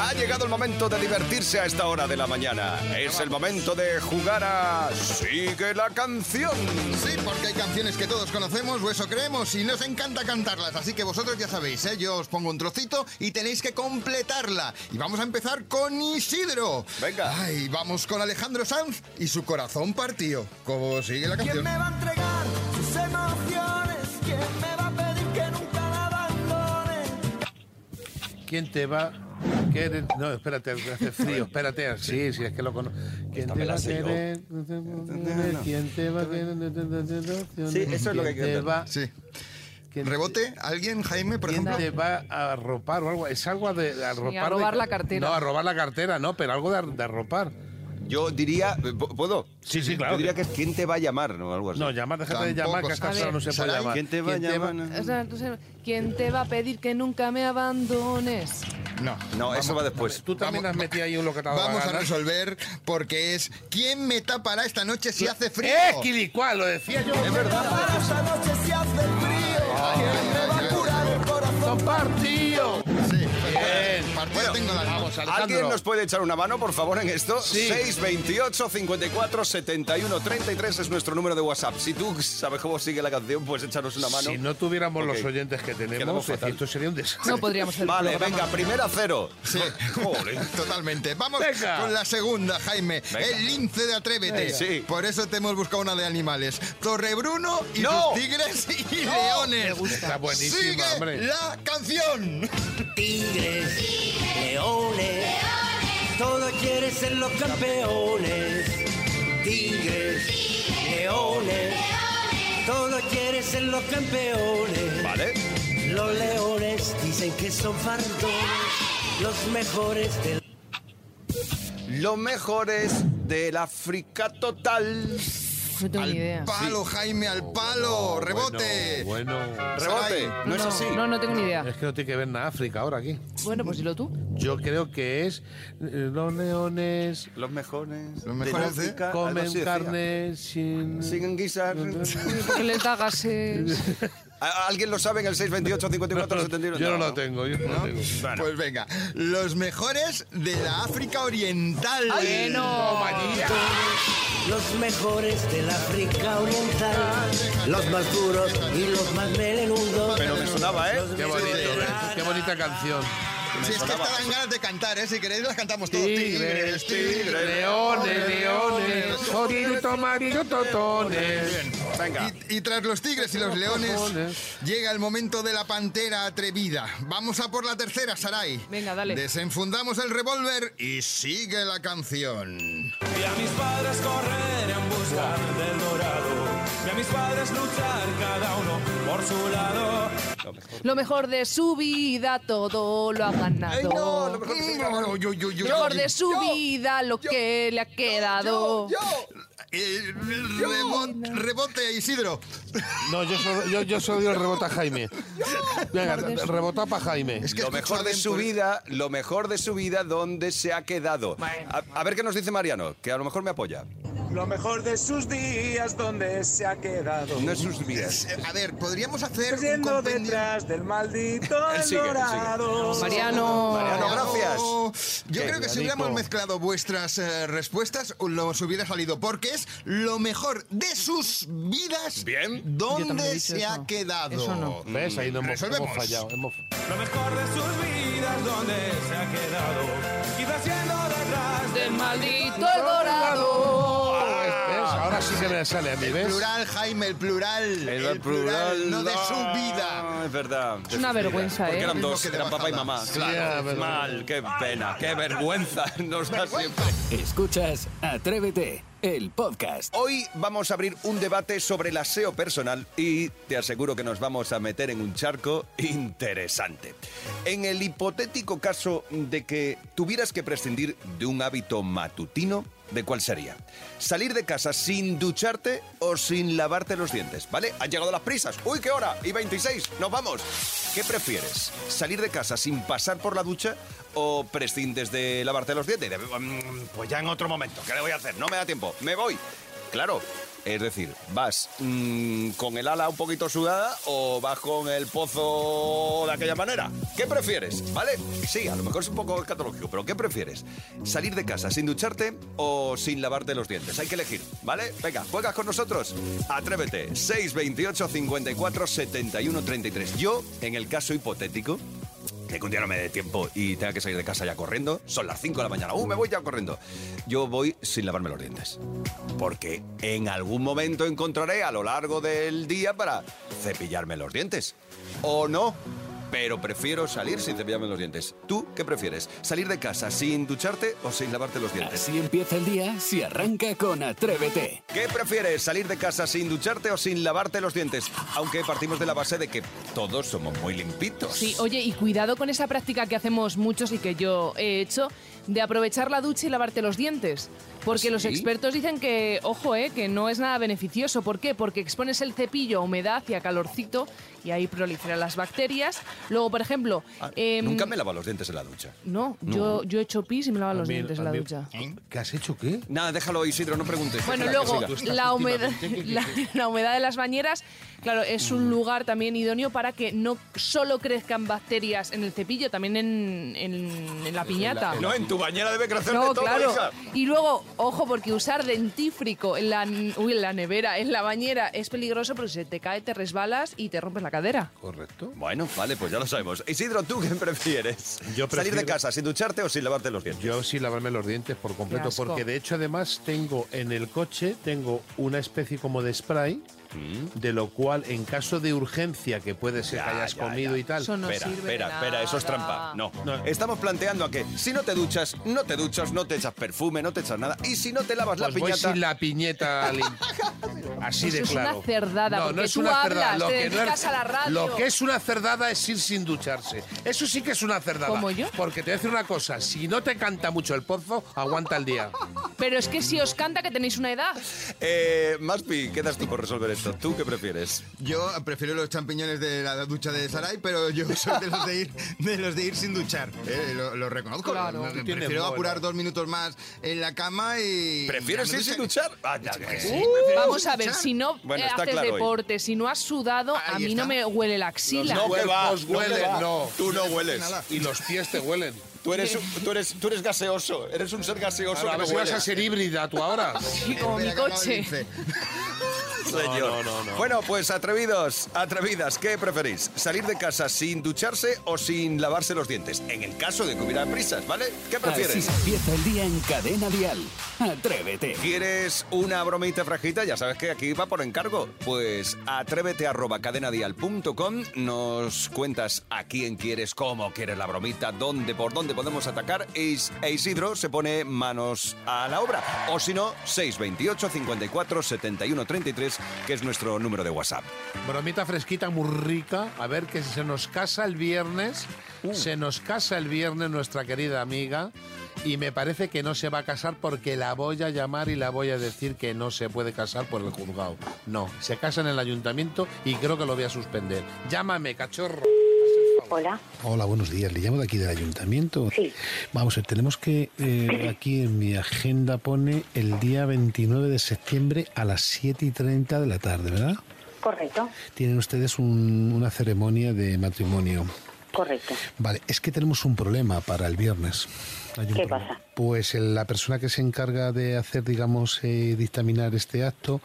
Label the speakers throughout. Speaker 1: Ha llegado el momento de divertirse a esta hora de la mañana. Es el momento de jugar a Sigue la canción.
Speaker 2: Sí, porque hay canciones que todos conocemos, o eso creemos, y nos encanta cantarlas. Así que vosotros ya sabéis, ¿eh? yo os pongo un trocito y tenéis que completarla. Y vamos a empezar con Isidro.
Speaker 1: Venga.
Speaker 2: Ay, vamos con Alejandro Sanz y su corazón partido. ¿Cómo sigue la
Speaker 3: ¿Quién
Speaker 2: canción?
Speaker 3: me va a entregar sus emociones? ¿Quién me va a pedir que nunca la abandone?
Speaker 4: ¿Quién te va a querer? No, espérate, hace frío, espérate. ah, Sí, sí, es que lo conozco. ¿Quién te va a querer? ¿Quién te va a querer?
Speaker 5: Sí, eso es lo que
Speaker 4: ¿Quién
Speaker 5: hay que
Speaker 4: te va-
Speaker 2: Sí.
Speaker 4: quién te-
Speaker 2: ¿Rebote? ¿Alguien, Jaime, por
Speaker 4: ¿Quién
Speaker 2: ejemplo?
Speaker 4: te va a arropar o algo? Es algo de de arropar. de-
Speaker 6: robar la cartera.
Speaker 4: No, a robar la cartera, no, pero algo de, ar- de arropar.
Speaker 1: Yo diría, eh, ¿p- ¿puedo?
Speaker 4: Sí, sí, claro.
Speaker 1: Yo diría que es quién te va a llamar, ¿no? Algo así.
Speaker 4: No, llamar, déjate de
Speaker 2: Tampoco
Speaker 4: llamar, que
Speaker 2: se
Speaker 4: hasta
Speaker 6: puede.
Speaker 4: ahora no se puede
Speaker 2: Saray,
Speaker 4: llamar.
Speaker 1: ¿Quién te va a llamar?
Speaker 6: O sea, entonces, ¿Quién te va a pedir que nunca me abandones?
Speaker 2: No.
Speaker 1: No, eso va después.
Speaker 4: Tú también
Speaker 2: Vamos-
Speaker 4: has metido ahí un lo que te ha dado la
Speaker 2: Vamos a
Speaker 4: gana.
Speaker 2: resolver porque es ¿Quién me tapará esta noche si hace frío?
Speaker 4: ¡Eh, quilicuá! Lo decía yo.
Speaker 2: Es verdad.
Speaker 3: Para esta noche si hace frío, ¿quién me va a curar el corazón?
Speaker 4: ¡Partido!
Speaker 2: Sí.
Speaker 4: Bien.
Speaker 2: Partido tengo la
Speaker 4: Vamos,
Speaker 1: ¿Alguien
Speaker 4: Alejandro.
Speaker 1: nos puede echar una mano, por favor, en esto?
Speaker 4: Sí.
Speaker 1: 628 54 71 33 es nuestro número de WhatsApp. Si tú sabes cómo sigue la canción, pues échanos una mano.
Speaker 4: Si no tuviéramos
Speaker 1: Ok.
Speaker 4: los oyentes que tenemos,
Speaker 1: Quedamos fatal.
Speaker 4: esto sería un desastre.
Speaker 6: No podríamos ser.
Speaker 1: Vale, venga, primera cero.
Speaker 2: Sí.
Speaker 1: Joder.
Speaker 2: Totalmente. Vamos
Speaker 4: Venga.
Speaker 2: con la segunda, Jaime.
Speaker 1: Venga.
Speaker 2: El lince de Atrévete.
Speaker 1: Venga. Sí.
Speaker 2: Por eso te hemos buscado una de animales. Torrebruno y
Speaker 1: ¡No!
Speaker 2: sus tigres y leones.
Speaker 6: me gusta.
Speaker 4: Está buenísima,
Speaker 2: Sigue
Speaker 4: hombre.
Speaker 2: la canción.
Speaker 5: Tigres, leones, todos quieren ser los campeones. Tigres, leones, todos quieren ser los campeones.
Speaker 1: Vale.
Speaker 5: Los leones dicen que son fardones, los mejores del...
Speaker 1: Lo mejor es del África total.
Speaker 6: No tengo
Speaker 2: Al
Speaker 6: ni idea.
Speaker 2: palo, Jaime, al palo. Rebote.
Speaker 4: Bueno, bueno.
Speaker 1: Rebote,
Speaker 2: Ay,
Speaker 1: no es así.
Speaker 6: No, no tengo ni idea.
Speaker 4: Es que no tiene que ver nada África ahora aquí.
Speaker 6: Bueno, pues dilo tú.
Speaker 4: Yo creo que es eh, los leones
Speaker 1: Los mejores.
Speaker 2: Los ¿eh? mejores
Speaker 1: del
Speaker 2: de-
Speaker 1: África, algo
Speaker 4: comen
Speaker 1: así decía.
Speaker 4: carne sin...
Speaker 1: Siguen guisar.
Speaker 6: Porque les da gases.
Speaker 1: ¿A- ¿Alguien lo sabe en el 628 54 71?
Speaker 4: Yo no lo tengo, yo no lo tengo.
Speaker 1: Bueno.
Speaker 2: Pues venga, los mejores de la África Oriental.
Speaker 6: Bueno.
Speaker 5: Los mejores del África Oriental, los más duros y los más melenudos.
Speaker 1: Pero me sonaba, ¿eh?
Speaker 4: Qué bonito, ¿eh? qué bonita canción.
Speaker 2: Si es que
Speaker 1: sonaba.
Speaker 2: esta dan ganas de cantar, ¿eh? Si queréis las cantamos todos.
Speaker 4: Tigres, tigres, leones, leones, ojito amarillo, totones.
Speaker 1: Venga.
Speaker 2: Y, y tras los tigres y los leones,
Speaker 4: cojones.
Speaker 2: llega el momento de la pantera atrevida. Vamos a por la tercera, Sarai.
Speaker 6: Venga, dale.
Speaker 2: Desenfundamos el revólver y sigue la canción.
Speaker 3: Vi a mis padres correr en busca del dorado. Vi a mis padres luchar cada uno por su lado.
Speaker 6: Lo mejor de su vida todo lo ha ganado.
Speaker 1: lo mejor
Speaker 2: Mm, no, yo, yo, yo,
Speaker 6: Lo mejor
Speaker 2: yo,
Speaker 6: de su
Speaker 1: yo,
Speaker 6: vida lo
Speaker 1: yo,
Speaker 6: que le ha quedado.
Speaker 2: Eh, rebot- rebote, Isidro.
Speaker 4: No, yo solo, yo, yo solo digo el rebota a Jaime. Venga, rebota para Jaime.
Speaker 2: Es que
Speaker 1: Lo
Speaker 2: escucha
Speaker 1: mejor de
Speaker 2: bien,
Speaker 1: su
Speaker 2: pues-
Speaker 1: vida, lo mejor de su vida, ¿dónde se ha quedado? A, a ver qué nos dice Mariano, que a lo mejor me apoya.
Speaker 3: Lo mejor de sus días, donde se ha quedado.
Speaker 1: No es sus vidas.
Speaker 2: Es- eh, A ver, podríamos hacer un
Speaker 3: Yendo
Speaker 2: compendio.
Speaker 3: detrás del maldito
Speaker 1: Él Eh, sigue, él sigue.
Speaker 3: dorado.
Speaker 6: Mariano.
Speaker 1: Mariano, gracias.
Speaker 2: Yo creo que si hubiéramos
Speaker 4: Marico.
Speaker 2: mezclado vuestras eh, respuestas, los hubiera salido, porque es lo mejor de sus vidas.
Speaker 1: Bien. Mm,
Speaker 6: Yo también he
Speaker 2: ¿Dónde
Speaker 6: dicho
Speaker 2: se
Speaker 6: eso.
Speaker 2: ha quedado?
Speaker 6: Eso no.
Speaker 4: ¿Ves? Ahí no hemos,
Speaker 2: Resolvemos.
Speaker 4: hemos fallado. hemos-
Speaker 3: Lo mejor de sus vidas, donde se ha quedado. Quizás yendo detrás
Speaker 6: Del maldito el dorado. Ah,
Speaker 5: Ah,
Speaker 4: ¿Ves? Ahora Ah, sí que me sale a mí,
Speaker 2: El
Speaker 4: ¿ves?
Speaker 2: plural, Jaime, el plural.
Speaker 1: El plural,
Speaker 2: no de su
Speaker 1: ah,
Speaker 2: vida.
Speaker 1: Es verdad. Es
Speaker 6: una vergüenza, ¿eh?
Speaker 1: Porque eran
Speaker 2: Mismo
Speaker 1: dos,
Speaker 2: que de
Speaker 1: eran papá y
Speaker 2: bajada.
Speaker 1: mamá.
Speaker 2: Sí,
Speaker 4: ya,
Speaker 1: Claro.
Speaker 4: pero-
Speaker 1: Mal, qué pena, qué vergüenza nos da siempre.
Speaker 7: Escuchas Atrévete, el podcast.
Speaker 1: Hoy vamos a abrir un debate sobre el aseo personal y te aseguro que nos vamos a meter en un charco interesante. En el hipotético caso de que tuvieras que prescindir de un hábito matutino, de cuál sería. Salir de casa sin ducharte o sin lavarte los dientes, ¿vale? Han llegado las prisas. ¡Uy, qué hora! Y 26, nos vamos. ¿Qué prefieres? ¿Salir de casa sin pasar por la ducha o prescindes de lavarte los dientes? Y de, "Mm, Pues ya en otro momento, ¿qué le voy a hacer? No me da tiempo, me voy. Claro. Es decir, ¿vas mm, con el ala un poquito sudada o vas con el pozo de aquella manera? ¿Qué prefieres? ¿Vale? Sí, a lo mejor es un poco escatológico, pero ¿qué prefieres? ¿Salir de casa sin ducharte o sin lavarte los dientes? Hay que elegir, ¿vale? Venga, ¿juegas con nosotros? Atrévete. 628 54 71 33. Yo, en el caso hipotético, de que un día no me dé tiempo y tenga que salir de casa ya corriendo. Son las 5 de la mañana. ¡Uh, me voy ya corriendo! Yo voy sin lavarme los dientes. Porque en algún momento encontraré a lo largo del día para cepillarme los dientes. O no. Pero prefiero salir sin cepillarme los dientes. ¿Tú qué prefieres? ¿Salir de casa sin ducharte o sin lavarte los dientes?
Speaker 7: Así empieza el día si arranca con Atrévete.
Speaker 1: ¿Qué prefieres, salir de casa sin ducharte o sin lavarte los dientes? Aunque partimos de la base de que todos somos muy limpitos.
Speaker 6: Sí, oye, y cuidado con esa práctica que hacemos muchos y que yo he hecho de aprovechar la ducha y lavarte los dientes. Porque los
Speaker 1: ¿Ah, ¿Sí?
Speaker 6: expertos dicen que, ojo, eh, que no es nada beneficioso. ¿Por qué? Porque expones el cepillo a humedad y a calorcito y ahí proliferan las bacterias. Luego, por ejemplo...
Speaker 1: Ah,
Speaker 6: em,
Speaker 1: nunca me lavo los dientes en la ducha.
Speaker 6: No, Yo, yo he hecho pis y me lavo
Speaker 4: A
Speaker 6: los
Speaker 4: mí-
Speaker 6: dientes
Speaker 4: a
Speaker 6: en la
Speaker 4: mí-
Speaker 6: ducha.
Speaker 4: ¿Qué has hecho qué?
Speaker 1: Nada, déjalo, Isidro, no preguntes.
Speaker 6: Bueno,
Speaker 1: Déjala que
Speaker 6: luego,
Speaker 1: siga.
Speaker 4: siga.
Speaker 6: la
Speaker 4: Tú estás
Speaker 6: humedad,
Speaker 4: últimamente,
Speaker 6: la, la humedad de las bañeras, claro, es
Speaker 4: Mm.
Speaker 6: un lugar también idóneo para que no solo crezcan bacterias en el cepillo, también en, en- en la piñata.
Speaker 1: No, en tu bañera debe crecer de
Speaker 6: No,
Speaker 1: todo,
Speaker 6: claro.
Speaker 1: hija.
Speaker 6: Y luego, ojo, porque usar dentífrico en la, uy, en la nevera, en la bañera, es peligroso porque se te cae, te resbalas y te rompes la cadera.
Speaker 4: Correcto.
Speaker 1: Bueno, vale, pues ya lo sabemos. Isidro, ¿tú qué prefieres?
Speaker 4: Yo
Speaker 1: ¿Salir de
Speaker 4: prefiero-
Speaker 1: casa sin ducharte o sin lavarte los dientes?
Speaker 4: Yo sí lavarme los dientes por completo,
Speaker 6: Qué asco.
Speaker 4: porque de hecho además tengo en el coche tengo una especie como de spray,
Speaker 6: Mm.
Speaker 4: de lo cual en caso de urgencia que puede ser
Speaker 1: Ya,
Speaker 4: que hayas
Speaker 1: ya,
Speaker 4: comido
Speaker 1: ya.
Speaker 4: y tal,
Speaker 6: Eso no
Speaker 1: espera,
Speaker 6: sirve de
Speaker 1: espera, espera, eso es
Speaker 6: nada.
Speaker 1: trampa. No. Pues
Speaker 4: No.
Speaker 1: Estamos planteando a que si no te duchas, no te duchas, no te echas perfume, no te echas nada. Y si no te lavas
Speaker 4: pues
Speaker 1: la
Speaker 4: voy
Speaker 1: piñata.
Speaker 4: sin la piñeta limpia. Así
Speaker 6: Eso
Speaker 4: de
Speaker 6: es
Speaker 4: claro.
Speaker 6: una cerdada,
Speaker 4: No, no
Speaker 6: porque
Speaker 4: es
Speaker 6: tú
Speaker 4: una cerdada.
Speaker 6: hablas,
Speaker 4: Lo
Speaker 6: te
Speaker 4: que no es-
Speaker 6: dedicas a la radio.
Speaker 4: Lo que es una cerdada es ir sin ducharse. Eso sí que es una cerdada.
Speaker 6: ¿Como yo?
Speaker 4: Porque te voy a decir una cosa, si no te canta mucho el pozo, aguanta el día.
Speaker 6: Pero es que si os canta que tenéis una edad.
Speaker 1: Eh, Maspi, quedas tú por resolver esto. ¿Tú qué prefieres?
Speaker 2: Yo prefiero los champiñones de la ducha de Sarai, pero yo soy de los de ir, de los de ir sin duchar. Eh, lo, lo reconozco.
Speaker 6: Claro.
Speaker 2: Me- me
Speaker 4: Tiene
Speaker 2: prefiero
Speaker 4: bola.
Speaker 2: apurar dos minutos más en la cama y.
Speaker 1: ¿Prefieres
Speaker 2: ya me
Speaker 1: ir sin
Speaker 2: ducharé.
Speaker 1: duchar? Anda, que sí.
Speaker 6: Uh, Vamos a ver,
Speaker 2: escuchar.
Speaker 6: si no
Speaker 1: Bueno,
Speaker 6: eh,
Speaker 1: está
Speaker 6: haces
Speaker 1: claro hoy.
Speaker 6: deporte, si no has sudado, a
Speaker 2: Ahí
Speaker 6: mí
Speaker 2: está.
Speaker 6: no me huele la axila.
Speaker 1: No, que va,
Speaker 4: Cuerpos
Speaker 1: no, que
Speaker 4: huelen,
Speaker 1: va.
Speaker 4: no.
Speaker 1: Tú no hueles.
Speaker 4: Y los pies te huelen.
Speaker 1: Tú eres, un- tú, eres, tú eres gaseoso. Eres un ser gaseoso
Speaker 4: Ahora, a ver
Speaker 1: que no
Speaker 4: si vas
Speaker 1: huele.
Speaker 4: a ser híbrida tú ahora.
Speaker 6: Sí, como mi
Speaker 2: Espera, que hablaba del
Speaker 6: coche.
Speaker 2: lince.
Speaker 1: señor. Bueno, pues atrevidos, atrevidas, ¿qué preferís? ¿Salir de casa sin ducharse o sin lavarse los dientes? En el caso de que hubiera prisas, ¿vale? ¿Qué
Speaker 7: Así
Speaker 1: prefieres?
Speaker 7: se empieza el día en Cadena Dial. Atrévete.
Speaker 1: ¿Quieres una bromita frajita? Ya sabes que aquí va por encargo. Pues atrévete arroba cadenadial.com. Nos cuentas a quién quieres, cómo quieres la bromita, dónde, por dónde podemos atacar. Is- E Isidro se pone manos a la obra. O si no, 628 54 71 33, que es nuestro número de WhatsApp.
Speaker 4: Bromita fresquita muy rica. A ver que se nos casa el viernes.
Speaker 1: Uh.
Speaker 4: Se nos casa el viernes nuestra querida amiga. Y me parece que no se va a casar porque la voy a llamar y la voy a decir que no se puede casar por el juzgado. No, se casa en el ayuntamiento y creo que lo voy a suspender. Llámame, cachorro.
Speaker 8: Hola,
Speaker 9: Hola, buenos días. Le llamo de aquí del ayuntamiento.
Speaker 8: Sí.
Speaker 9: Vamos, a ver, tenemos que eh, aquí en mi agenda pone el día 29 de septiembre a las 7 y 30 de la tarde, ¿verdad?
Speaker 8: correcto,
Speaker 9: Tienen ustedes un- una ceremonia de matrimonio.
Speaker 8: correcto.
Speaker 9: Vale, es que tenemos un problema para el viernes. Hay un
Speaker 8: ¿Qué
Speaker 9: problema.
Speaker 8: pasa?
Speaker 9: Pues el- la persona que se encarga de hacer, digamos, eh, dictaminar este acto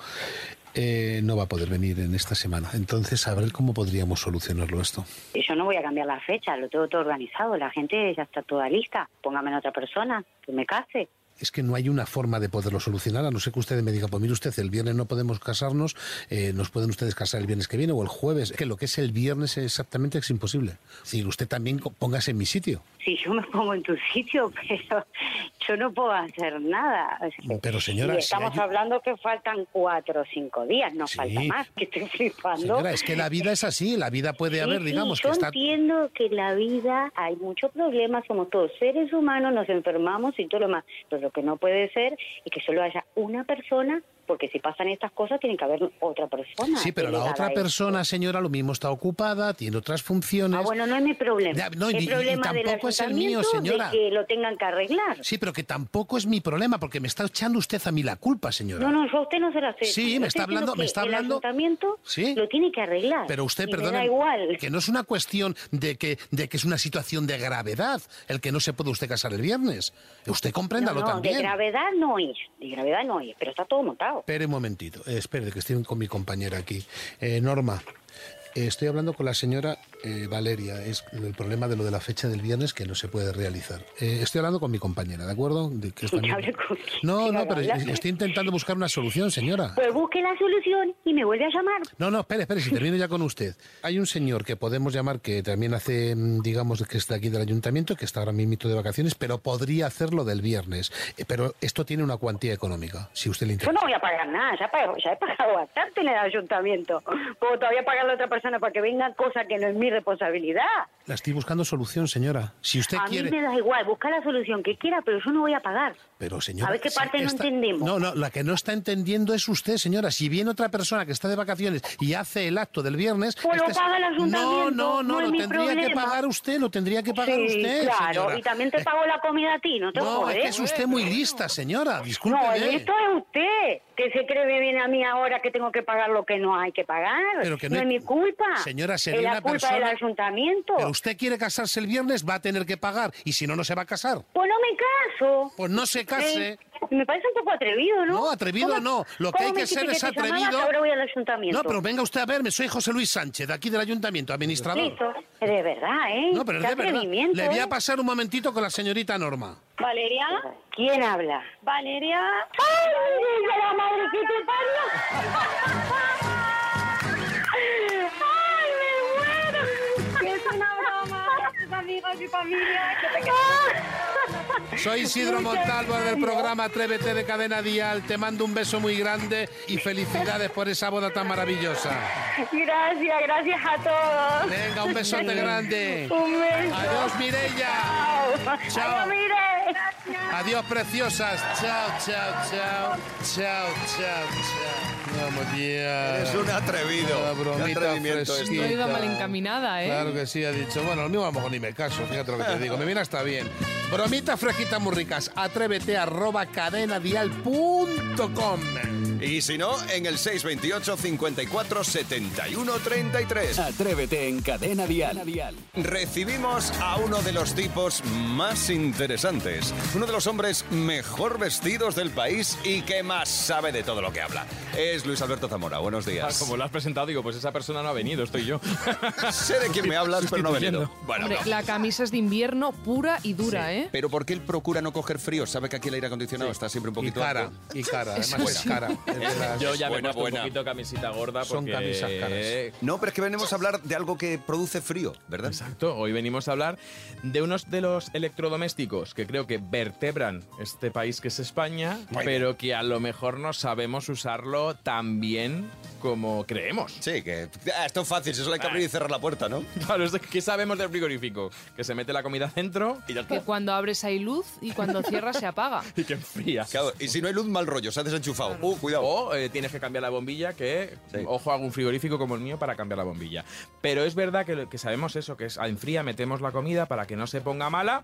Speaker 9: eh, no va a poder venir en esta semana. Entonces, a ver cómo podríamos solucionarlo esto.
Speaker 8: Yo no voy a cambiar la fecha, lo tengo todo organizado, la gente ya está toda lista. Póngame en otra persona, que me case.
Speaker 9: Es que no hay una forma de poderlo solucionar, a no ser que ustedes me digan, pues mire usted, el viernes no podemos casarnos, eh, nos pueden ustedes casar el viernes que viene o el jueves, que lo que es el viernes exactamente es imposible. Si usted también co- póngase en mi sitio.
Speaker 8: Si yo me pongo en tu sitio, pero yo no puedo hacer nada. O sea,
Speaker 9: Pero, señora,
Speaker 8: y
Speaker 9: si
Speaker 8: estamos
Speaker 9: hay-
Speaker 8: hablando que faltan cuatro o cinco días, no
Speaker 9: Sí.
Speaker 8: falta más, que estoy flipando.
Speaker 9: Señora, es que la vida es así, la vida puede
Speaker 8: Sí,
Speaker 9: haber,
Speaker 8: sí,
Speaker 9: digamos,
Speaker 8: yo
Speaker 9: que está...
Speaker 8: entiendo que en la vida hay muchos problemas, somos todos seres humanos, nos enfermamos y todo lo más. Entonces lo que no puede ser es que solo haya una persona, porque si pasan estas cosas tiene que haber otra persona.
Speaker 4: Sí, pero la
Speaker 8: delegada a
Speaker 4: otra
Speaker 8: esto.
Speaker 4: persona, señora, lo mismo está ocupada, tiene otras funciones.
Speaker 8: Ah, bueno, no es mi problema.
Speaker 4: Ya, no, y- y-
Speaker 8: el
Speaker 4: y
Speaker 8: problema del
Speaker 4: tampoco es el mío,
Speaker 8: ayuntamiento
Speaker 4: señora.
Speaker 8: De que lo tengan que arreglar.
Speaker 4: Sí, pero que tampoco es mi problema, porque me está echando usted a mí la culpa, señora.
Speaker 8: No, no, yo a usted no se la sé.
Speaker 4: Sí, me está hablando- me está hablando-
Speaker 8: El ayuntamiento
Speaker 4: Sí.
Speaker 8: lo tiene que arreglar.
Speaker 4: Pero usted,
Speaker 8: Y me
Speaker 4: perdone,
Speaker 8: da igual.
Speaker 4: que no es una cuestión de que, de que es una situación de gravedad el que no se puede usted casar el viernes. Usted compréndalo
Speaker 8: no, no,
Speaker 4: también.
Speaker 8: De gravedad no es, de gravedad no es, pero está todo montado.
Speaker 4: Espere un momentito, eh, espere, que estoy con mi compañera aquí. Eh, Norma, eh, estoy hablando con la señora eh, Valeria. Es el problema de lo de la fecha del viernes que no se puede realizar. Eh, estoy hablando con mi compañera, ¿de acuerdo? De que es
Speaker 8: Que
Speaker 4: también-
Speaker 8: hable con quien
Speaker 4: no,
Speaker 8: quiera
Speaker 4: no, pero
Speaker 8: hablar.
Speaker 4: estoy intentando buscar una solución, señora.
Speaker 8: Pues busque la solución y me vuelve a llamar.
Speaker 4: No, no, espere, espere, si termino ya con usted. Hay un señor que podemos llamar que también hace, mm, digamos, que está aquí del ayuntamiento, que está ahora mismo de vacaciones, pero podría hacerlo del viernes. Eh, Pero esto tiene una cuantía económica, si usted
Speaker 8: Yo
Speaker 4: le interesa.
Speaker 8: no voy a pagar nada, ya, pago- ya he pagado bastante en el ayuntamiento. Puedo todavía pagarle a otra persona para que venga, cosa que no es mi responsabilidad.
Speaker 4: La estoy buscando solución, señora. Si usted
Speaker 8: A
Speaker 4: quiere.
Speaker 8: mí me da igual, busca la solución que quiera, pero yo no voy a pagar.
Speaker 4: Pero señora,
Speaker 8: A ver qué
Speaker 4: si
Speaker 8: parte no entendemos.
Speaker 4: No, no, la que no está entendiendo es usted, señora. Si viene otra persona que está de vacaciones y hace el acto del viernes,
Speaker 8: Pues lo
Speaker 4: este es-
Speaker 8: paga el ayuntamiento,
Speaker 4: No, no, no,
Speaker 8: no es
Speaker 4: lo
Speaker 8: mi
Speaker 4: tendría que
Speaker 8: problema.
Speaker 4: pagar usted, lo tendría que pagar
Speaker 8: sí,
Speaker 4: usted,
Speaker 8: claro,
Speaker 4: señora.
Speaker 8: y también te
Speaker 4: Eh,
Speaker 8: pago la comida a ti, no te
Speaker 4: No, es
Speaker 8: jodes.
Speaker 4: que es usted muy lista, señora.
Speaker 8: No,
Speaker 4: Discúlpeme.
Speaker 8: esto es usted, que se cree que viene a mí ahora que tengo que pagar lo que no hay que pagar.
Speaker 4: Pero que no
Speaker 8: no,
Speaker 4: hay-
Speaker 8: es mi culpa.
Speaker 4: Señora, sería
Speaker 8: es la
Speaker 4: una
Speaker 8: culpa del
Speaker 4: persona-
Speaker 8: ayuntamiento.
Speaker 4: Pero usted quiere casarse el viernes, va a tener que pagar. Y si no, no se va a casar.
Speaker 8: Pues no me caso.
Speaker 4: Pues no se case.
Speaker 8: Eh, me parece un poco atrevido, ¿no?
Speaker 4: No, atrevido
Speaker 8: ¿Cómo-
Speaker 4: no. Lo
Speaker 8: cómo
Speaker 4: que hay
Speaker 8: me
Speaker 4: que
Speaker 8: dijiste
Speaker 4: ser es
Speaker 8: te llamabas?
Speaker 4: atrevido.
Speaker 8: Ahora voy al ayuntamiento.
Speaker 4: No, pero venga usted a verme. Soy José Luis Sánchez, de aquí del ayuntamiento, administrador.
Speaker 8: Listo. De verdad, ¿eh?
Speaker 4: No, pero es
Speaker 8: Qué
Speaker 4: de verdad.
Speaker 8: atrevimiento,
Speaker 4: Le voy a
Speaker 8: ¿eh?
Speaker 4: pasar un momentito con la señorita Norma.
Speaker 5: Valeria,
Speaker 8: ¿Quién habla?
Speaker 5: Valeria,
Speaker 8: ¡Ay, de la madre que te parió! ¡Ay, me muero!
Speaker 5: que es una broma para tus amigos y familia, que te
Speaker 10: Soy Isidro Montalvo del programa Atrévete de Cadena Dial. Te mando un beso muy grande y felicidades por esa boda tan maravillosa.
Speaker 5: Gracias, gracias a todos.
Speaker 10: Venga, un besote grande.
Speaker 5: Un beso.
Speaker 10: Adiós, Mirella. Chao.
Speaker 5: Adiós, mire.
Speaker 10: Adiós, preciosas. Chao, chao, chao. Chao, chao, chao. Vamos, tía.
Speaker 1: Es un atrevido.
Speaker 10: Cada bromita
Speaker 1: Qué atrevimiento
Speaker 10: fresquita.
Speaker 6: No iba mal encaminada, ¿eh?
Speaker 10: Claro que sí, ha dicho. Bueno, lo mismo a lo mejor ni me caso, fíjate lo que te digo. Me viene hasta bien. Bromitas fresquitas muy ricas. Atrévete arroba cadenadial.com.
Speaker 1: Y si no, en el 628 54 71 33.
Speaker 7: Atrévete en Cadena Dial.
Speaker 1: Recibimos a uno de los tipos más interesantes, uno de los hombres mejor vestidos del país y que más sabe de todo lo que habla. Es Luis Alberto Zamora, buenos
Speaker 3: Ah,
Speaker 1: días.
Speaker 3: Como lo has presentado, digo, pues esa persona no ha venido, estoy yo.
Speaker 1: Sé de quién me hablas, pero no ha venido.
Speaker 3: Sustituyendo.
Speaker 1: Bueno,
Speaker 6: Hombre,
Speaker 1: no.
Speaker 6: la camisa es de invierno pura y dura, ¿eh?
Speaker 1: Pero ¿por qué él procura no coger frío? Sabe que aquí el aire acondicionado está siempre un
Speaker 10: Y
Speaker 1: poquito
Speaker 10: cara,
Speaker 1: alto.
Speaker 10: y cara, además
Speaker 6: Eso
Speaker 10: es
Speaker 6: sí.
Speaker 10: cara. Es de las-
Speaker 3: Yo ya me he
Speaker 1: Buena,
Speaker 3: puesto
Speaker 1: buena.
Speaker 3: un poquito camisita gorda porque...
Speaker 10: Son camisas caras.
Speaker 1: No, pero es que venimos a hablar de algo que produce frío, ¿verdad?
Speaker 3: Exacto, hoy venimos a hablar de unos de los electrodomésticos que creo que vertebran este país que es España,
Speaker 1: Muy
Speaker 3: pero que a lo mejor no sabemos usarlo tan bien como creemos.
Speaker 1: Sí, que ah, esto es fácil, si solo hay que abrir y cerrar la puerta, ¿no?
Speaker 3: Claro, es de- ¿qué sabemos del frigorífico? Que se mete la comida dentro y ya
Speaker 6: Que
Speaker 3: está.
Speaker 6: cuando abres hay luz y cuando cierras se apaga.
Speaker 3: Y que enfría.
Speaker 1: Claro, y si no hay luz, mal rollo, se ha desenchufado. Uh, cuidado.
Speaker 3: O eh, tienes que cambiar la bombilla, que
Speaker 1: Sí.
Speaker 3: ojo a un frigorífico como el mío para cambiar la bombilla. Pero es verdad que, lo- que sabemos eso, que es en fría metemos la comida para que no se ponga mala.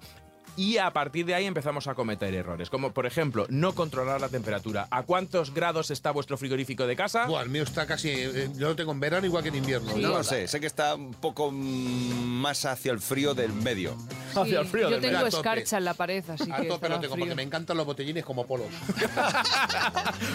Speaker 3: Y a partir de ahí empezamos a cometer errores, como por ejemplo no controlar la temperatura. ¿A cuántos grados está vuestro frigorífico de casa?
Speaker 10: Buah, el mío está casi. eh, yo lo tengo en verano igual que en invierno.
Speaker 1: No lo
Speaker 10: Igual.
Speaker 1: sé, sé que está un poco mm, más hacia el frío del medio.
Speaker 6: Sí,
Speaker 3: el frío
Speaker 6: yo tengo
Speaker 3: del
Speaker 10: verano. A tope.
Speaker 6: escarcha en la pared, así
Speaker 10: A tope
Speaker 6: que
Speaker 10: lo
Speaker 6: estará
Speaker 10: tengo,
Speaker 6: frío.
Speaker 10: porque me encantan los botellines como polos.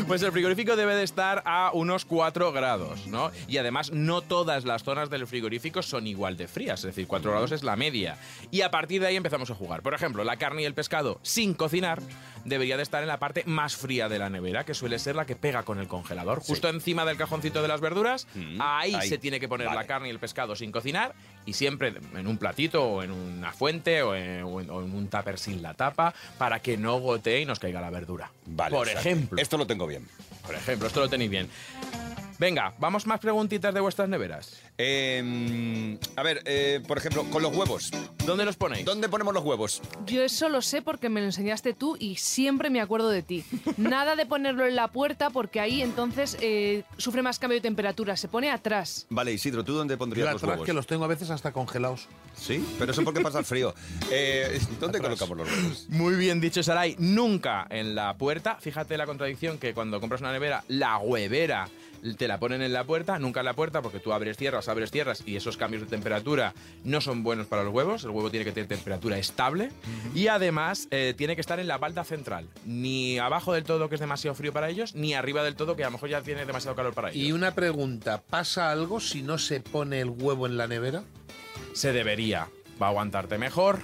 Speaker 3: Pues el frigorífico debe de estar a unos 4 grados, ¿no? Y además no todas las zonas del frigorífico son igual de frías, es decir, 4 grados es la media. Y a partir de ahí empezamos a jugar. Por ejemplo, la carne y el pescado sin cocinar debería de estar en la parte más fría de la nevera, que suele ser la que pega con el congelador, justo encima del cajoncito de las verduras. ahí,
Speaker 1: Mm, ahí.
Speaker 3: se tiene que poner la
Speaker 1: Vale.
Speaker 3: carne y el pescado sin cocinar y siempre en un platito o en una fuente o en, o en- o en un tupper sin la tapa para que no gotee y nos caiga la verdura.
Speaker 1: Vale.
Speaker 3: Por
Speaker 1: o sea,
Speaker 3: ejemplo.
Speaker 1: Esto lo tengo bien.
Speaker 3: Por ejemplo, esto lo tenéis bien. Venga, vamos más preguntitas de vuestras neveras.
Speaker 1: Eh, a ver, eh, por ejemplo, con los huevos.
Speaker 3: ¿Dónde los ponéis?
Speaker 1: ¿Dónde ponemos los huevos?
Speaker 6: Yo eso lo sé porque me lo enseñaste tú y siempre me acuerdo de ti. Nada de ponerlo en la puerta porque ahí entonces eh, sufre más cambio de temperatura, se pone atrás.
Speaker 1: Vale, Isidro, ¿tú dónde
Speaker 4: Yo
Speaker 1: pondrías los
Speaker 4: atrás
Speaker 1: huevos?
Speaker 4: que los tengo a veces hasta congelados.
Speaker 1: Sí, pero eso porque pasa el frío. Eh, ¿Dónde colocamos los huevos?
Speaker 3: Muy bien dicho, Saray. Nunca en la puerta. Fíjate la contradicción que cuando compras una nevera, la huevera te la ponen en la puerta, nunca en la puerta, porque tú abres tierras, abres tierras y esos cambios de temperatura no son buenos para los huevos. El huevo tiene que tener temperatura estable y además eh, tiene que estar en la balda central. Ni abajo del todo, que es demasiado frío para ellos, ni arriba del todo, que a lo mejor ya tiene demasiado calor para ellos.
Speaker 4: Y una pregunta, ¿pasa algo si no se pone el huevo en la nevera?
Speaker 3: se debería. Va a aguantarte mejor.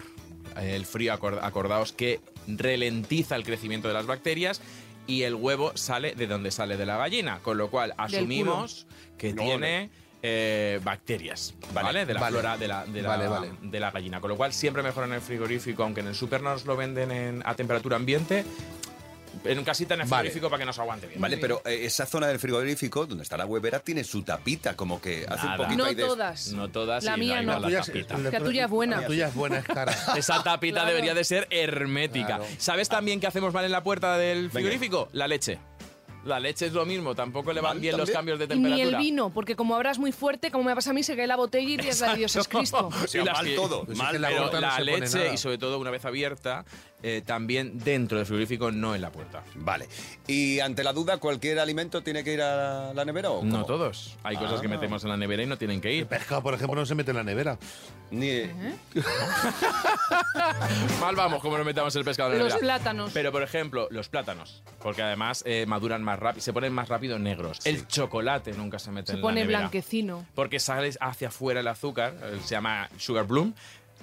Speaker 3: El frío, acord- acordaos que ralentiza el crecimiento de las bacterias y el huevo sale de donde sale de la gallina. Con lo cual, asumimos que
Speaker 1: No,
Speaker 3: tiene eh, bacterias,
Speaker 1: Vale,
Speaker 3: ¿vale? De la
Speaker 4: vale.
Speaker 3: flora de la, de, la,
Speaker 4: Vale, vale.
Speaker 3: de la gallina. Con lo cual, siempre mejor en el frigorífico, aunque en el super nos lo venden en- a temperatura ambiente. En casita en el
Speaker 4: Vale.
Speaker 3: frigorífico para que nos aguante bien.
Speaker 1: Vale, pero eh, esa zona del frigorífico, donde está la huevera, tiene su tapita, como que hace un
Speaker 3: Nada.
Speaker 1: poquito
Speaker 6: No
Speaker 1: ahí de-
Speaker 6: todas.
Speaker 3: No todas
Speaker 6: La
Speaker 3: y
Speaker 6: mía
Speaker 3: ahí
Speaker 6: no.
Speaker 3: va la
Speaker 4: Tuya es-
Speaker 3: tapita.
Speaker 4: la-
Speaker 6: La tuya es buena.
Speaker 4: La tuya es buena, es cara.
Speaker 3: Esa tapita
Speaker 6: Claro.
Speaker 3: debería de ser hermética.
Speaker 4: Claro.
Speaker 3: ¿Sabes también qué hacemos mal en la puerta del frigorífico? La leche. La leche es lo mismo, tampoco le van
Speaker 1: Mal
Speaker 3: bien los
Speaker 1: también.
Speaker 3: cambios de
Speaker 6: Y ni
Speaker 3: temperatura.
Speaker 6: el vino, porque como abras muy fuerte, como me pasa a mí, se cae la botella y dices, la de Dios es Cristo.
Speaker 1: O sea,
Speaker 3: Y las
Speaker 1: mal
Speaker 3: que-
Speaker 1: todo.
Speaker 4: Pues es
Speaker 1: mal,
Speaker 4: que la
Speaker 1: pero-
Speaker 4: bota
Speaker 3: Pero
Speaker 4: no
Speaker 3: la
Speaker 4: se pone
Speaker 3: leche,
Speaker 4: nada.
Speaker 3: y sobre todo una vez abierta, eh, también dentro del frigorífico, no en la puerta.
Speaker 1: Vale. Y ante la duda, ¿cualquier alimento tiene que ir a la nevera o
Speaker 3: No
Speaker 1: cómo?
Speaker 3: todos. Hay cosas que metemos en la nevera y no tienen que ir.
Speaker 4: Ah. Pescado, por ejemplo, no se mete en la nevera.
Speaker 1: Ni-
Speaker 4: ¿Eh?
Speaker 3: Mal vamos como no metamos el pescado en la
Speaker 6: Los
Speaker 3: nevera.
Speaker 6: plátanos.
Speaker 3: Pero, por ejemplo, los plátanos. Porque además eh, maduran más rápido, se ponen más rápido negros. El chocolate nunca se
Speaker 6: Se
Speaker 3: mete en la nevera.
Speaker 6: pone blanquecino.
Speaker 3: porque sales hacia afuera el azúcar, eh, se llama sugar bloom,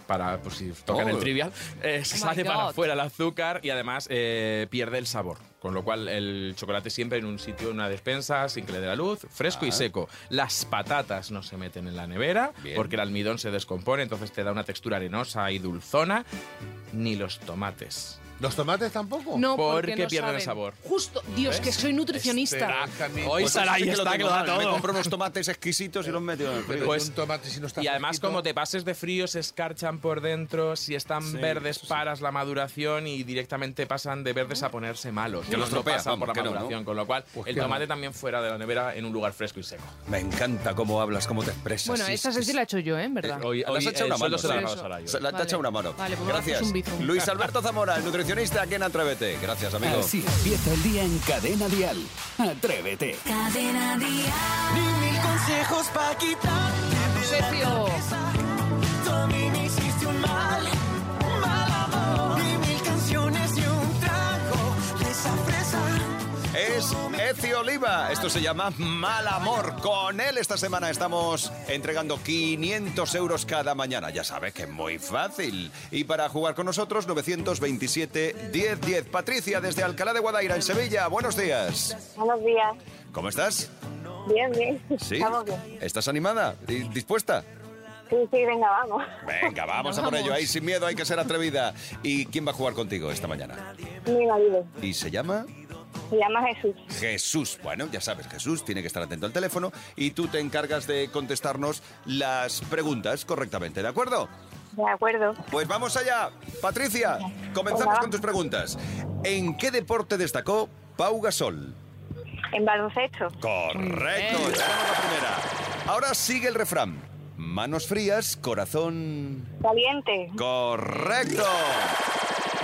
Speaker 3: para por si tocan
Speaker 1: Oh.
Speaker 3: el trivial, eh, sale
Speaker 6: God.
Speaker 3: para afuera el azúcar y además eh, pierde el sabor. Con lo cual el chocolate siempre en un sitio, en una despensa, sin que le dé la luz, fresco
Speaker 6: Ah.
Speaker 3: y seco. Las patatas no se meten en la nevera
Speaker 1: Bien.
Speaker 3: porque el almidón se descompone, entonces te da una textura arenosa y dulzona. Ni los tomates.
Speaker 4: ¿Los tomates tampoco?
Speaker 6: No,
Speaker 3: Porque
Speaker 6: porque, no
Speaker 3: pierden
Speaker 6: saben.
Speaker 3: el sabor.
Speaker 6: Justo, Dios,
Speaker 3: ¿Ves?
Speaker 6: que soy nutricionista.
Speaker 3: Hoy
Speaker 1: Pues
Speaker 3: Sarai
Speaker 1: sí que lo
Speaker 3: está que
Speaker 1: tengo
Speaker 3: lo da
Speaker 1: mal. Me
Speaker 3: todo.
Speaker 1: compro unos tomates exquisitos y los meto en el frigo.
Speaker 3: Pues-
Speaker 4: un tomate si no está
Speaker 3: Y además,
Speaker 4: fresquito.
Speaker 3: como te pases de frío, se escarchan por dentro. Si están verdes, paras la maduración y directamente pasan de verdes a ponerse malos.
Speaker 1: Que los
Speaker 3: no
Speaker 1: tropea,
Speaker 3: pasan por
Speaker 1: vamos,
Speaker 3: la
Speaker 1: que no, ¿no?
Speaker 3: maduración. Con lo cual,
Speaker 4: Pues
Speaker 3: el
Speaker 4: que no.
Speaker 3: tomate también fuera de la nevera en un lugar fresco y seco.
Speaker 1: Me encanta cómo hablas, cómo te expresas.
Speaker 6: Bueno,
Speaker 1: Sí,
Speaker 6: esta
Speaker 1: sí,
Speaker 6: sesión la he hecho yo, ¿eh? En verdad.
Speaker 3: hoy-
Speaker 1: Le has echado
Speaker 3: el
Speaker 1: una
Speaker 3: sueldo
Speaker 1: mano,
Speaker 3: se lo
Speaker 1: sí.
Speaker 3: ha ganado Sarai.
Speaker 1: Se la
Speaker 6: Vale.
Speaker 1: tacha una mano.
Speaker 6: Vale, pues
Speaker 1: Gracias.
Speaker 6: gracias, un bizum.
Speaker 1: Luis Alberto Zamora, el nutricionista aquí en Atrévete. Gracias,
Speaker 6: Ah,
Speaker 1: amigo.
Speaker 7: Así empieza el día en Cadena Dial. Atrévete.
Speaker 11: Cadena Dial.
Speaker 6: Sergio.
Speaker 1: Es Eci Oliva. Esto se llama Mal Amor. Con él esta semana estamos entregando 500 euros cada mañana. Ya sabes que es muy fácil. Y para jugar con nosotros, 927 1010. Patricia, desde Alcalá de Guadaira, en Sevilla. Buenos días.
Speaker 11: Buenos días.
Speaker 1: ¿Cómo estás?
Speaker 11: Bien, bien.
Speaker 1: ¿Sí?
Speaker 11: Estamos bien.
Speaker 1: ¿Estás animada? ¿Y ¿Dispuesta?
Speaker 11: Sí, sí, venga, vamos.
Speaker 1: Venga, vamos a por ello. Ahí sin miedo, hay que ser atrevida. ¿Y quién va a jugar contigo esta mañana?
Speaker 11: Mi marido.
Speaker 1: Y se llama...
Speaker 11: Se llama Jesús.
Speaker 1: Jesús. Bueno, ya sabes, Jesús tiene que estar atento al teléfono y tú te encargas de contestarnos las preguntas correctamente, ¿de acuerdo?
Speaker 11: De acuerdo.
Speaker 1: Pues vamos allá. Patricia, comenzamos
Speaker 11: Hola.
Speaker 1: con tus preguntas. ¿En qué deporte destacó Pau Gasol?
Speaker 11: En baloncesto.
Speaker 1: Correcto,
Speaker 6: Bien.
Speaker 1: ya tenemos la primera. Ahora sigue el refrán. Manos frías, corazón...
Speaker 11: Caliente.
Speaker 1: Correcto.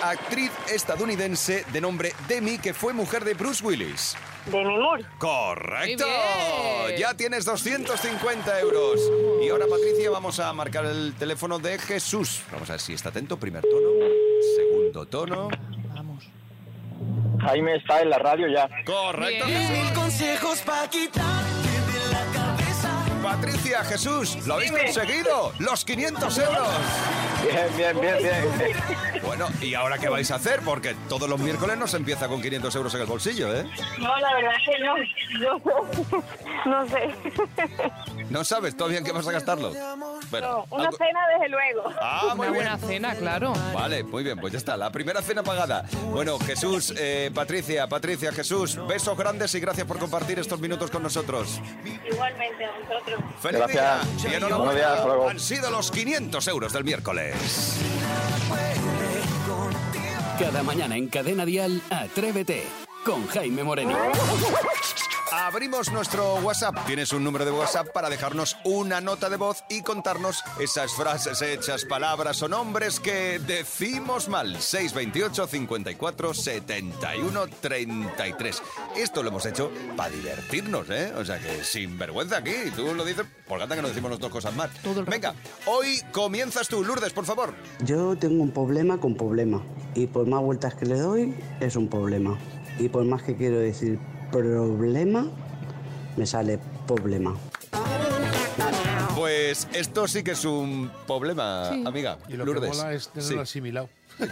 Speaker 1: Actriz estadounidense de nombre Demi que fue mujer de Bruce Willis.
Speaker 11: De Memur.
Speaker 1: Correcto.
Speaker 6: Muy bien.
Speaker 1: Ya tienes 250 euros. Y ahora, Patricia, vamos a marcar el teléfono de Jesús. Vamos a ver si está atento. Primer tono, segundo tono.
Speaker 12: Jaime está en la radio ya.
Speaker 1: Correcto.
Speaker 6: Bien.
Speaker 1: Jesús.
Speaker 5: consejos para quitarte de la cabeza
Speaker 1: Patricia, Jesús, lo habéis conseguido. Los 500 euros.
Speaker 12: Bien, bien, bien, bien.
Speaker 1: Bueno, ¿y ahora qué vais a hacer? Porque todos los miércoles no se empieza con 500 euros en el bolsillo, ¿eh?
Speaker 11: No, la verdad es que no. Yo no sé.
Speaker 1: No sabes todavía en qué vas a gastarlo. Bueno,
Speaker 11: Una
Speaker 1: algo-
Speaker 11: cena, desde luego.
Speaker 1: Ah, muy
Speaker 6: Una
Speaker 1: bien.
Speaker 6: buena cena, claro.
Speaker 1: Vale, muy bien, pues ya está, la primera cena pagada. Bueno, Jesús, eh, Patricia, Patricia, Jesús, besos grandes y gracias por compartir estos minutos con nosotros.
Speaker 11: Igualmente, a vosotros.
Speaker 1: ¡Feliz
Speaker 12: Gracias.
Speaker 1: día! Y enhorabuena.
Speaker 12: Buenos días, hasta luego.
Speaker 1: Han sido los 500 euros del miércoles.
Speaker 7: Cada mañana en Cadena Dial, Atrévete con Jaime Moreno.
Speaker 1: Abrimos nuestro WhatsApp. Tienes un número de WhatsApp para dejarnos una nota de voz y contarnos esas frases hechas, palabras o nombres que decimos mal. 628 54 71 33. Esto lo hemos hecho para divertirnos, ¿eh? O sea que sin vergüenza aquí. Tú lo dices porque anda que nos decimos las dos cosas mal. Venga, hoy comienzas tú, Lourdes, por favor.
Speaker 13: Yo tengo un problema con problema. Y por más vueltas que le doy, es un problema. Y por más que quiero decir problema, me sale problema.
Speaker 1: Pues esto sí que es un problema,
Speaker 6: Sí.
Speaker 1: amiga.
Speaker 4: Y lo
Speaker 1: Lourdes.
Speaker 4: que mola es tenerlo
Speaker 1: Sí.
Speaker 4: asimilado.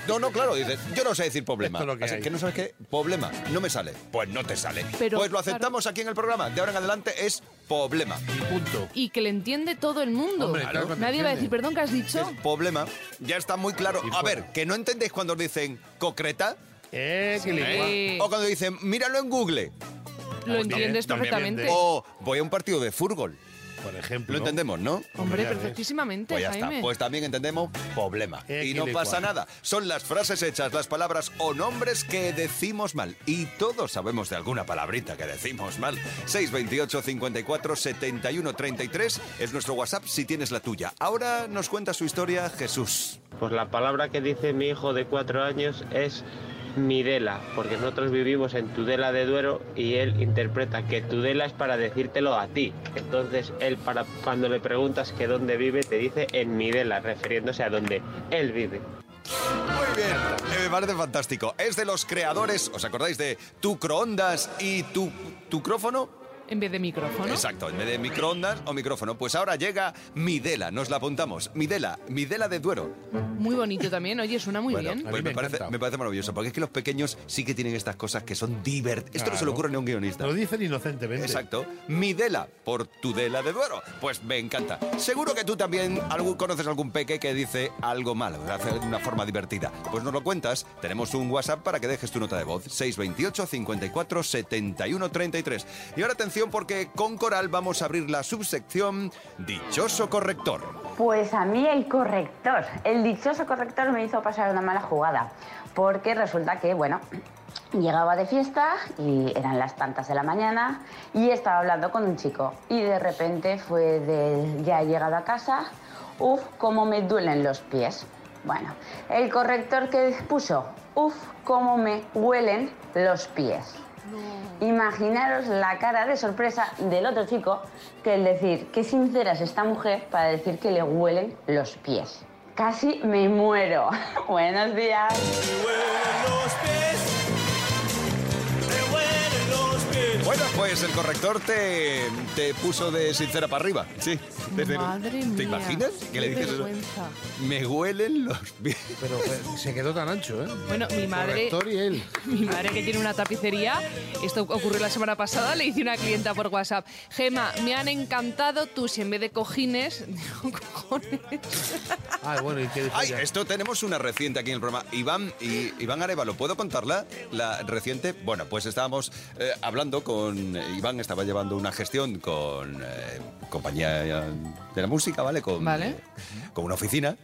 Speaker 1: No, no, claro, dices, yo no sé decir problema.
Speaker 4: Esto es lo que
Speaker 1: Así
Speaker 4: hay.
Speaker 1: que no sabes qué, problema, no me sale. Pues no te sale.
Speaker 6: Pero,
Speaker 1: pues lo
Speaker 6: claro.
Speaker 1: aceptamos aquí en el programa. De ahora en adelante es problema.
Speaker 4: Punto.
Speaker 6: Y que le entiende todo el mundo.
Speaker 4: Hombre, claro que te
Speaker 6: Nadie va a
Speaker 4: entiende.
Speaker 6: decir, perdón, ¿qué has dicho?
Speaker 1: Es problema. Ya está muy claro. A
Speaker 4: pues.
Speaker 1: ver, que no entendéis cuando os dicen concreta
Speaker 4: Eh, qué lengua. Pues
Speaker 6: Eh,
Speaker 1: o cuando dicen míralo en Google
Speaker 6: lo entiendes
Speaker 4: también
Speaker 6: perfectamente.
Speaker 4: Sí.
Speaker 1: o voy a un partido de fútbol.
Speaker 4: Por
Speaker 1: Lo
Speaker 4: ejemplo.
Speaker 1: entendemos, ¿no?
Speaker 6: Hombre,
Speaker 4: ya ves.
Speaker 6: perfectísimamente,
Speaker 1: Pues ya está.
Speaker 6: Jaime.
Speaker 1: Pues también entendemos problema.
Speaker 4: Eh,
Speaker 1: y
Speaker 4: qué
Speaker 1: no
Speaker 4: licua.
Speaker 1: pasa nada. Son las frases hechas, las palabras o nombres que decimos mal. Y todos sabemos de alguna palabrita que decimos mal. 628 54 71 33 es nuestro WhatsApp si tienes la tuya. Ahora nos cuenta su historia Jesús.
Speaker 14: Pues la palabra que dice mi hijo de cuatro años es Midela, porque nosotros vivimos en Tudela de Duero y él interpreta que Tudela es para decírtelo a ti. Entonces él para cuando le preguntas que dónde vive te dice en Midela, refiriéndose a donde él vive.
Speaker 1: Muy bien. Eh, Me parece fantástico. Es de los creadores, ¿os acordáis de tu croondas y tu tucrófono?
Speaker 6: En vez de micrófono.
Speaker 1: Exacto, en vez de microondas o micrófono. Pues ahora llega Midela, nos la apuntamos. Midela, Midela de Duero.
Speaker 6: Muy bonito también. Oye, suena muy
Speaker 1: Bueno,
Speaker 6: bien.
Speaker 4: A mí
Speaker 1: pues me,
Speaker 4: me
Speaker 1: parece,
Speaker 4: encanta.
Speaker 1: me parece maravilloso, porque es que los pequeños sí que tienen estas cosas que son divertidas. Esto no se le
Speaker 4: Claro.
Speaker 1: ocurre ni a un guionista.
Speaker 4: Lo dicen inocentemente.
Speaker 1: Exacto. Midela, por Tudela de Duero. Pues me encanta. Seguro que tú también algún- conoces algún peque que dice algo malo, hace de una forma divertida. Pues nos lo cuentas. Tenemos un WhatsApp para que dejes tu nota de voz. 628 54 71 33. Y ahora atención porque con Coral vamos a abrir la subsección Dichoso Corrector.
Speaker 8: Pues a mí el corrector, el dichoso corrector me hizo pasar una mala jugada, porque resulta que, bueno, llegaba de fiesta y eran las tantas de la mañana y estaba hablando con un chico y de repente fue de ya he llegado a casa, uff, cómo me duelen los pies. Bueno, el corrector que puso, uff, cómo me huelen los pies. Imaginaros la cara de sorpresa del otro chico que el decir qué sincera es esta mujer para decir que le huelen los pies. Casi me muero. Buenos días.
Speaker 1: Bueno, pues el corrector te, te puso de sincera para arriba. Sí. Desde-
Speaker 6: Madre mía.
Speaker 1: ¿Te imaginas que le
Speaker 6: qué
Speaker 1: dices eso?
Speaker 6: vergüenza.
Speaker 1: Me huelen los pies.
Speaker 4: Pero eh, se quedó tan ancho, ¿eh?
Speaker 6: Bueno, mi madre,
Speaker 4: Corrector y él.
Speaker 6: mi madre que tiene una tapicería, esto ocurrió la semana pasada, le hice una clienta por WhatsApp. Gema, me han encantado tus, y en vez de cojines, digo, cojones.
Speaker 4: Ah, bueno, ¿y qué dijo
Speaker 1: Ay,
Speaker 4: ella?
Speaker 1: esto tenemos una reciente aquí en el programa. Iván y Iván Arevalo, ¿puedo contarla? La reciente. Bueno, pues estábamos eh, hablando con eh, Iván, estaba llevando una gestión con eh, compañía de la música, ¿vale? Con, eh,
Speaker 6: Vale.
Speaker 1: con una oficina,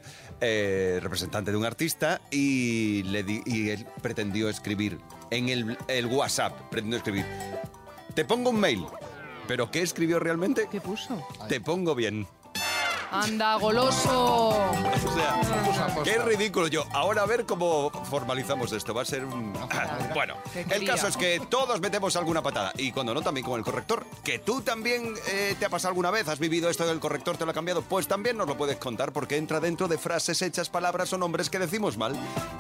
Speaker 1: eh, representante de un artista, y, le di- y él pretendió escribir en el, el WhatsApp, pretendió escribir. Te pongo un mail. ¿Pero qué escribió realmente?
Speaker 6: ¿Qué puso?
Speaker 1: Te pongo bien.
Speaker 6: Anda, goloso.
Speaker 1: O
Speaker 6: Ah.
Speaker 1: sea,
Speaker 4: Cosa, cosa.
Speaker 1: Qué ridículo yo. Ahora a ver cómo formalizamos esto. Va a ser un... Bueno,
Speaker 6: Qué
Speaker 1: el
Speaker 6: cría.
Speaker 1: caso es que todos metemos alguna patada. Y cuando no, también con el corrector. Que tú también eh, te ha pasado alguna vez, has vivido esto del corrector, te lo ha cambiado. Pues también nos lo puedes contar porque entra dentro de frases hechas, palabras o nombres que decimos mal.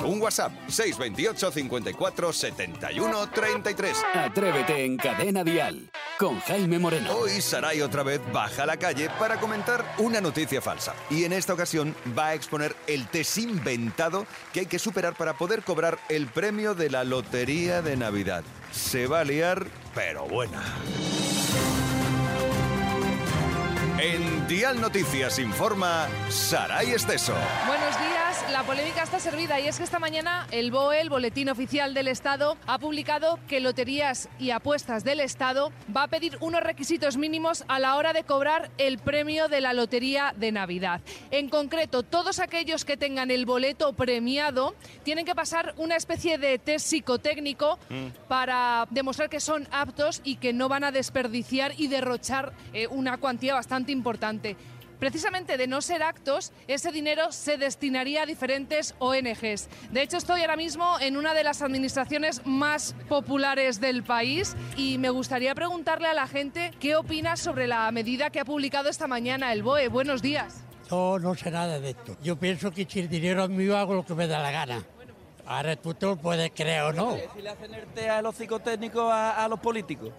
Speaker 1: Un WhatsApp 628 54 71 33.
Speaker 7: Atrévete en Cadena Dial. con Jaime Moreno.
Speaker 1: Hoy Saray otra vez baja a la calle para comentar una noticia falsa. Y en esta ocasión va a exponer el test inventado que hay que superar para poder cobrar el premio de la Lotería de Navidad. Se va a liar, pero buena. En Dial Noticias informa Saray Esteso.
Speaker 6: Buenos días. La polémica está servida y es que esta mañana el BOE, el Boletín Oficial del Estado, ha publicado que Loterías y Apuestas del Estado va a pedir unos requisitos mínimos a la hora de cobrar el premio de la Lotería de Navidad. En concreto, todos aquellos que tengan el boleto premiado tienen que pasar una especie de test psicotécnico
Speaker 15: Mm.
Speaker 1: Mm.
Speaker 6: para demostrar que son aptos y que no van a desperdiciar y derrochar eh, una cuantía bastante importante. Precisamente de no ser actos, ese dinero se destinaría a diferentes ONGs. De hecho, estoy ahora mismo en una de las administraciones más populares del país y me gustaría preguntarle a la gente qué opina sobre la medida que ha publicado esta mañana el BOE. Buenos días.
Speaker 15: Yo no sé nada de esto. Yo pienso que si el dinero es mío hago lo que me da la gana. Ahora tú te lo puedes creer o no.
Speaker 16: Si le hacen el té a los psicotécnicos a, a los políticos,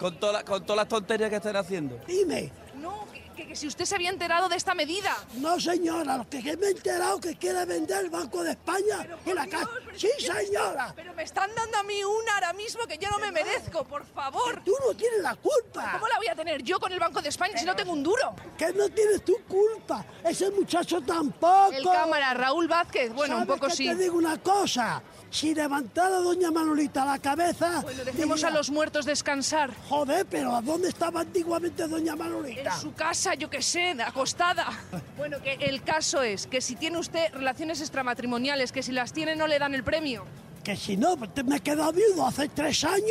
Speaker 16: con, toda- con todas las tonterías que están haciendo.
Speaker 15: Dime.
Speaker 6: No, que, que- que si usted se había enterado de esta medida.
Speaker 15: No, señora, los que me he enterado que quiere vender el Banco de España y la casa. Sí, señora.
Speaker 6: Pero me están dando a mí una ahora mismo que yo no me merezco, por favor.
Speaker 15: Tú no tienes la culpa.
Speaker 6: ¿Cómo la voy a tener yo con el Banco de España si no tengo un duro?
Speaker 15: Que no tienes tu culpa. Ese muchacho tampoco.
Speaker 6: El cámara, Raúl Vázquez, bueno, un
Speaker 15: ¿Sabes
Speaker 6: poco
Speaker 15: que
Speaker 6: sí.
Speaker 15: Te digo una cosa. Si levantara doña Manolita la cabeza.
Speaker 6: Bueno, dejemos a los muertos descansar.
Speaker 15: Joder, pero ¿a dónde estaba antiguamente doña Manolita?
Speaker 6: En su casa, yo qué sé, acostada. Bueno, que el caso es que si tiene usted relaciones extramatrimoniales, que si las tiene no le dan el premio.
Speaker 15: Que si no, te- me he quedado viudo hace tres años.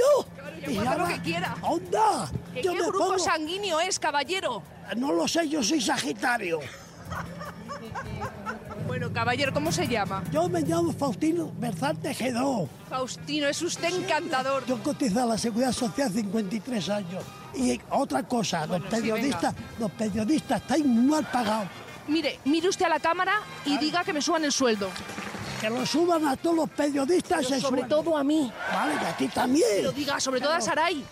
Speaker 6: ya puedo hacer lo que quiera.
Speaker 15: ¡Onda!
Speaker 6: ¿Que
Speaker 15: Yo
Speaker 6: ¿Qué
Speaker 15: me
Speaker 6: grupo
Speaker 15: pongo-
Speaker 6: sanguíneo es, caballero?
Speaker 15: No lo sé, yo soy Sagitario.
Speaker 6: Bueno, caballero, ¿cómo se llama?
Speaker 15: Yo me llamo Faustino Berzán Tejedor.
Speaker 6: Faustino, es usted encantador.
Speaker 15: Yo cotizo a la Seguridad Social 53 años. Y otra cosa, los
Speaker 6: sí,
Speaker 15: periodistas, los periodistas estáis muy mal pagados.
Speaker 6: Mire, mire usted a la cámara y diga que me suban el sueldo.
Speaker 15: Que lo suban a todos los periodistas.
Speaker 6: Pero
Speaker 15: se
Speaker 6: sobre
Speaker 15: suban.
Speaker 6: todo a mí.
Speaker 15: Vale, que a ti también.
Speaker 6: Pero diga, sobre todo a
Speaker 15: Pero-
Speaker 6: Saray.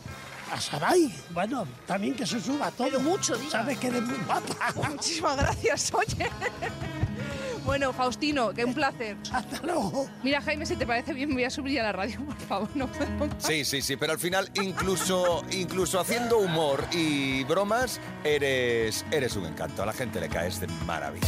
Speaker 15: A Saray. Bueno, también que se suba a todo.
Speaker 6: Pero mucho, diga.
Speaker 15: Sabes que eres muy guapa.
Speaker 6: Muchísimas gracias, oye. Bueno, Faustino, que un placer.
Speaker 15: Hasta luego.
Speaker 6: Mira, Jaime, si te parece bien, me voy a subir ya a la radio, por favor. No puedo más.
Speaker 1: Sí, sí, sí, pero al final incluso, incluso haciendo humor y bromas, eres, eres un encanto. A la gente le caes de maravilla.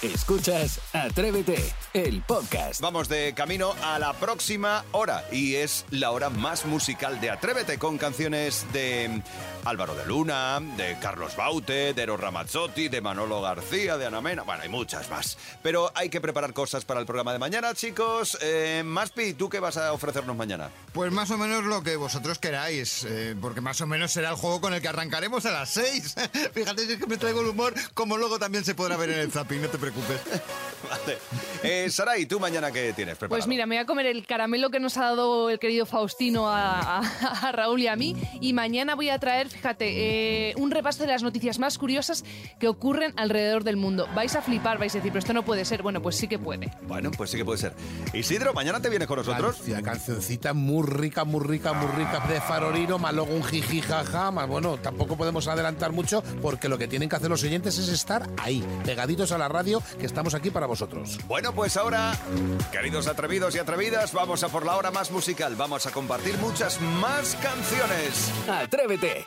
Speaker 7: Escuchas Atrévete, el podcast.
Speaker 1: Vamos de camino a la próxima hora y es la hora más musical de Atrévete con canciones de Álvaro de Luna, de Carlos Baute, de Eros Ramazzotti, de Manolo García, de Ana Mena, bueno, hay muchas más. Pero hay que preparar cosas para el programa de mañana, chicos. Eh, Maspi, ¿tú qué vas a ofrecernos mañana?
Speaker 2: Pues más o menos lo que vosotros queráis, eh, porque más o menos será el juego con el que arrancaremos a las 6. Fíjate si es que me traigo el humor, como luego también se podrá ver en el zapping, no te preocupes.
Speaker 1: Vale. Eh, Saray, ¿tú mañana qué tienes preparado?
Speaker 6: Pues mira, me voy a comer el caramelo que nos ha dado el querido Faustino a, a- a Raúl y a mí. Y mañana voy a traer, fíjate, eh, un repaso de las noticias más curiosas que ocurren alrededor del mundo. Vais a flipar, vais a decir, pero esto no puede ser. Bueno, pues sí que puede.
Speaker 1: Bueno, pues sí que puede ser. Isidro, mañana te vienes con nosotros.
Speaker 4: Canción- cancioncita muy rica, muy rica, muy rica de Farorino, más luego un jiji jaja, más bueno, tampoco podemos adelantar mucho porque lo que tienen que hacer los oyentes es estar ahí, pegaditos a la radio, que estamos aquí para vosotros.
Speaker 1: Bueno, pues ahora, queridos atrevidos y atrevidas, vamos a por la hora más musical. Vamos a compartir muchas más canciones.
Speaker 7: Atrévete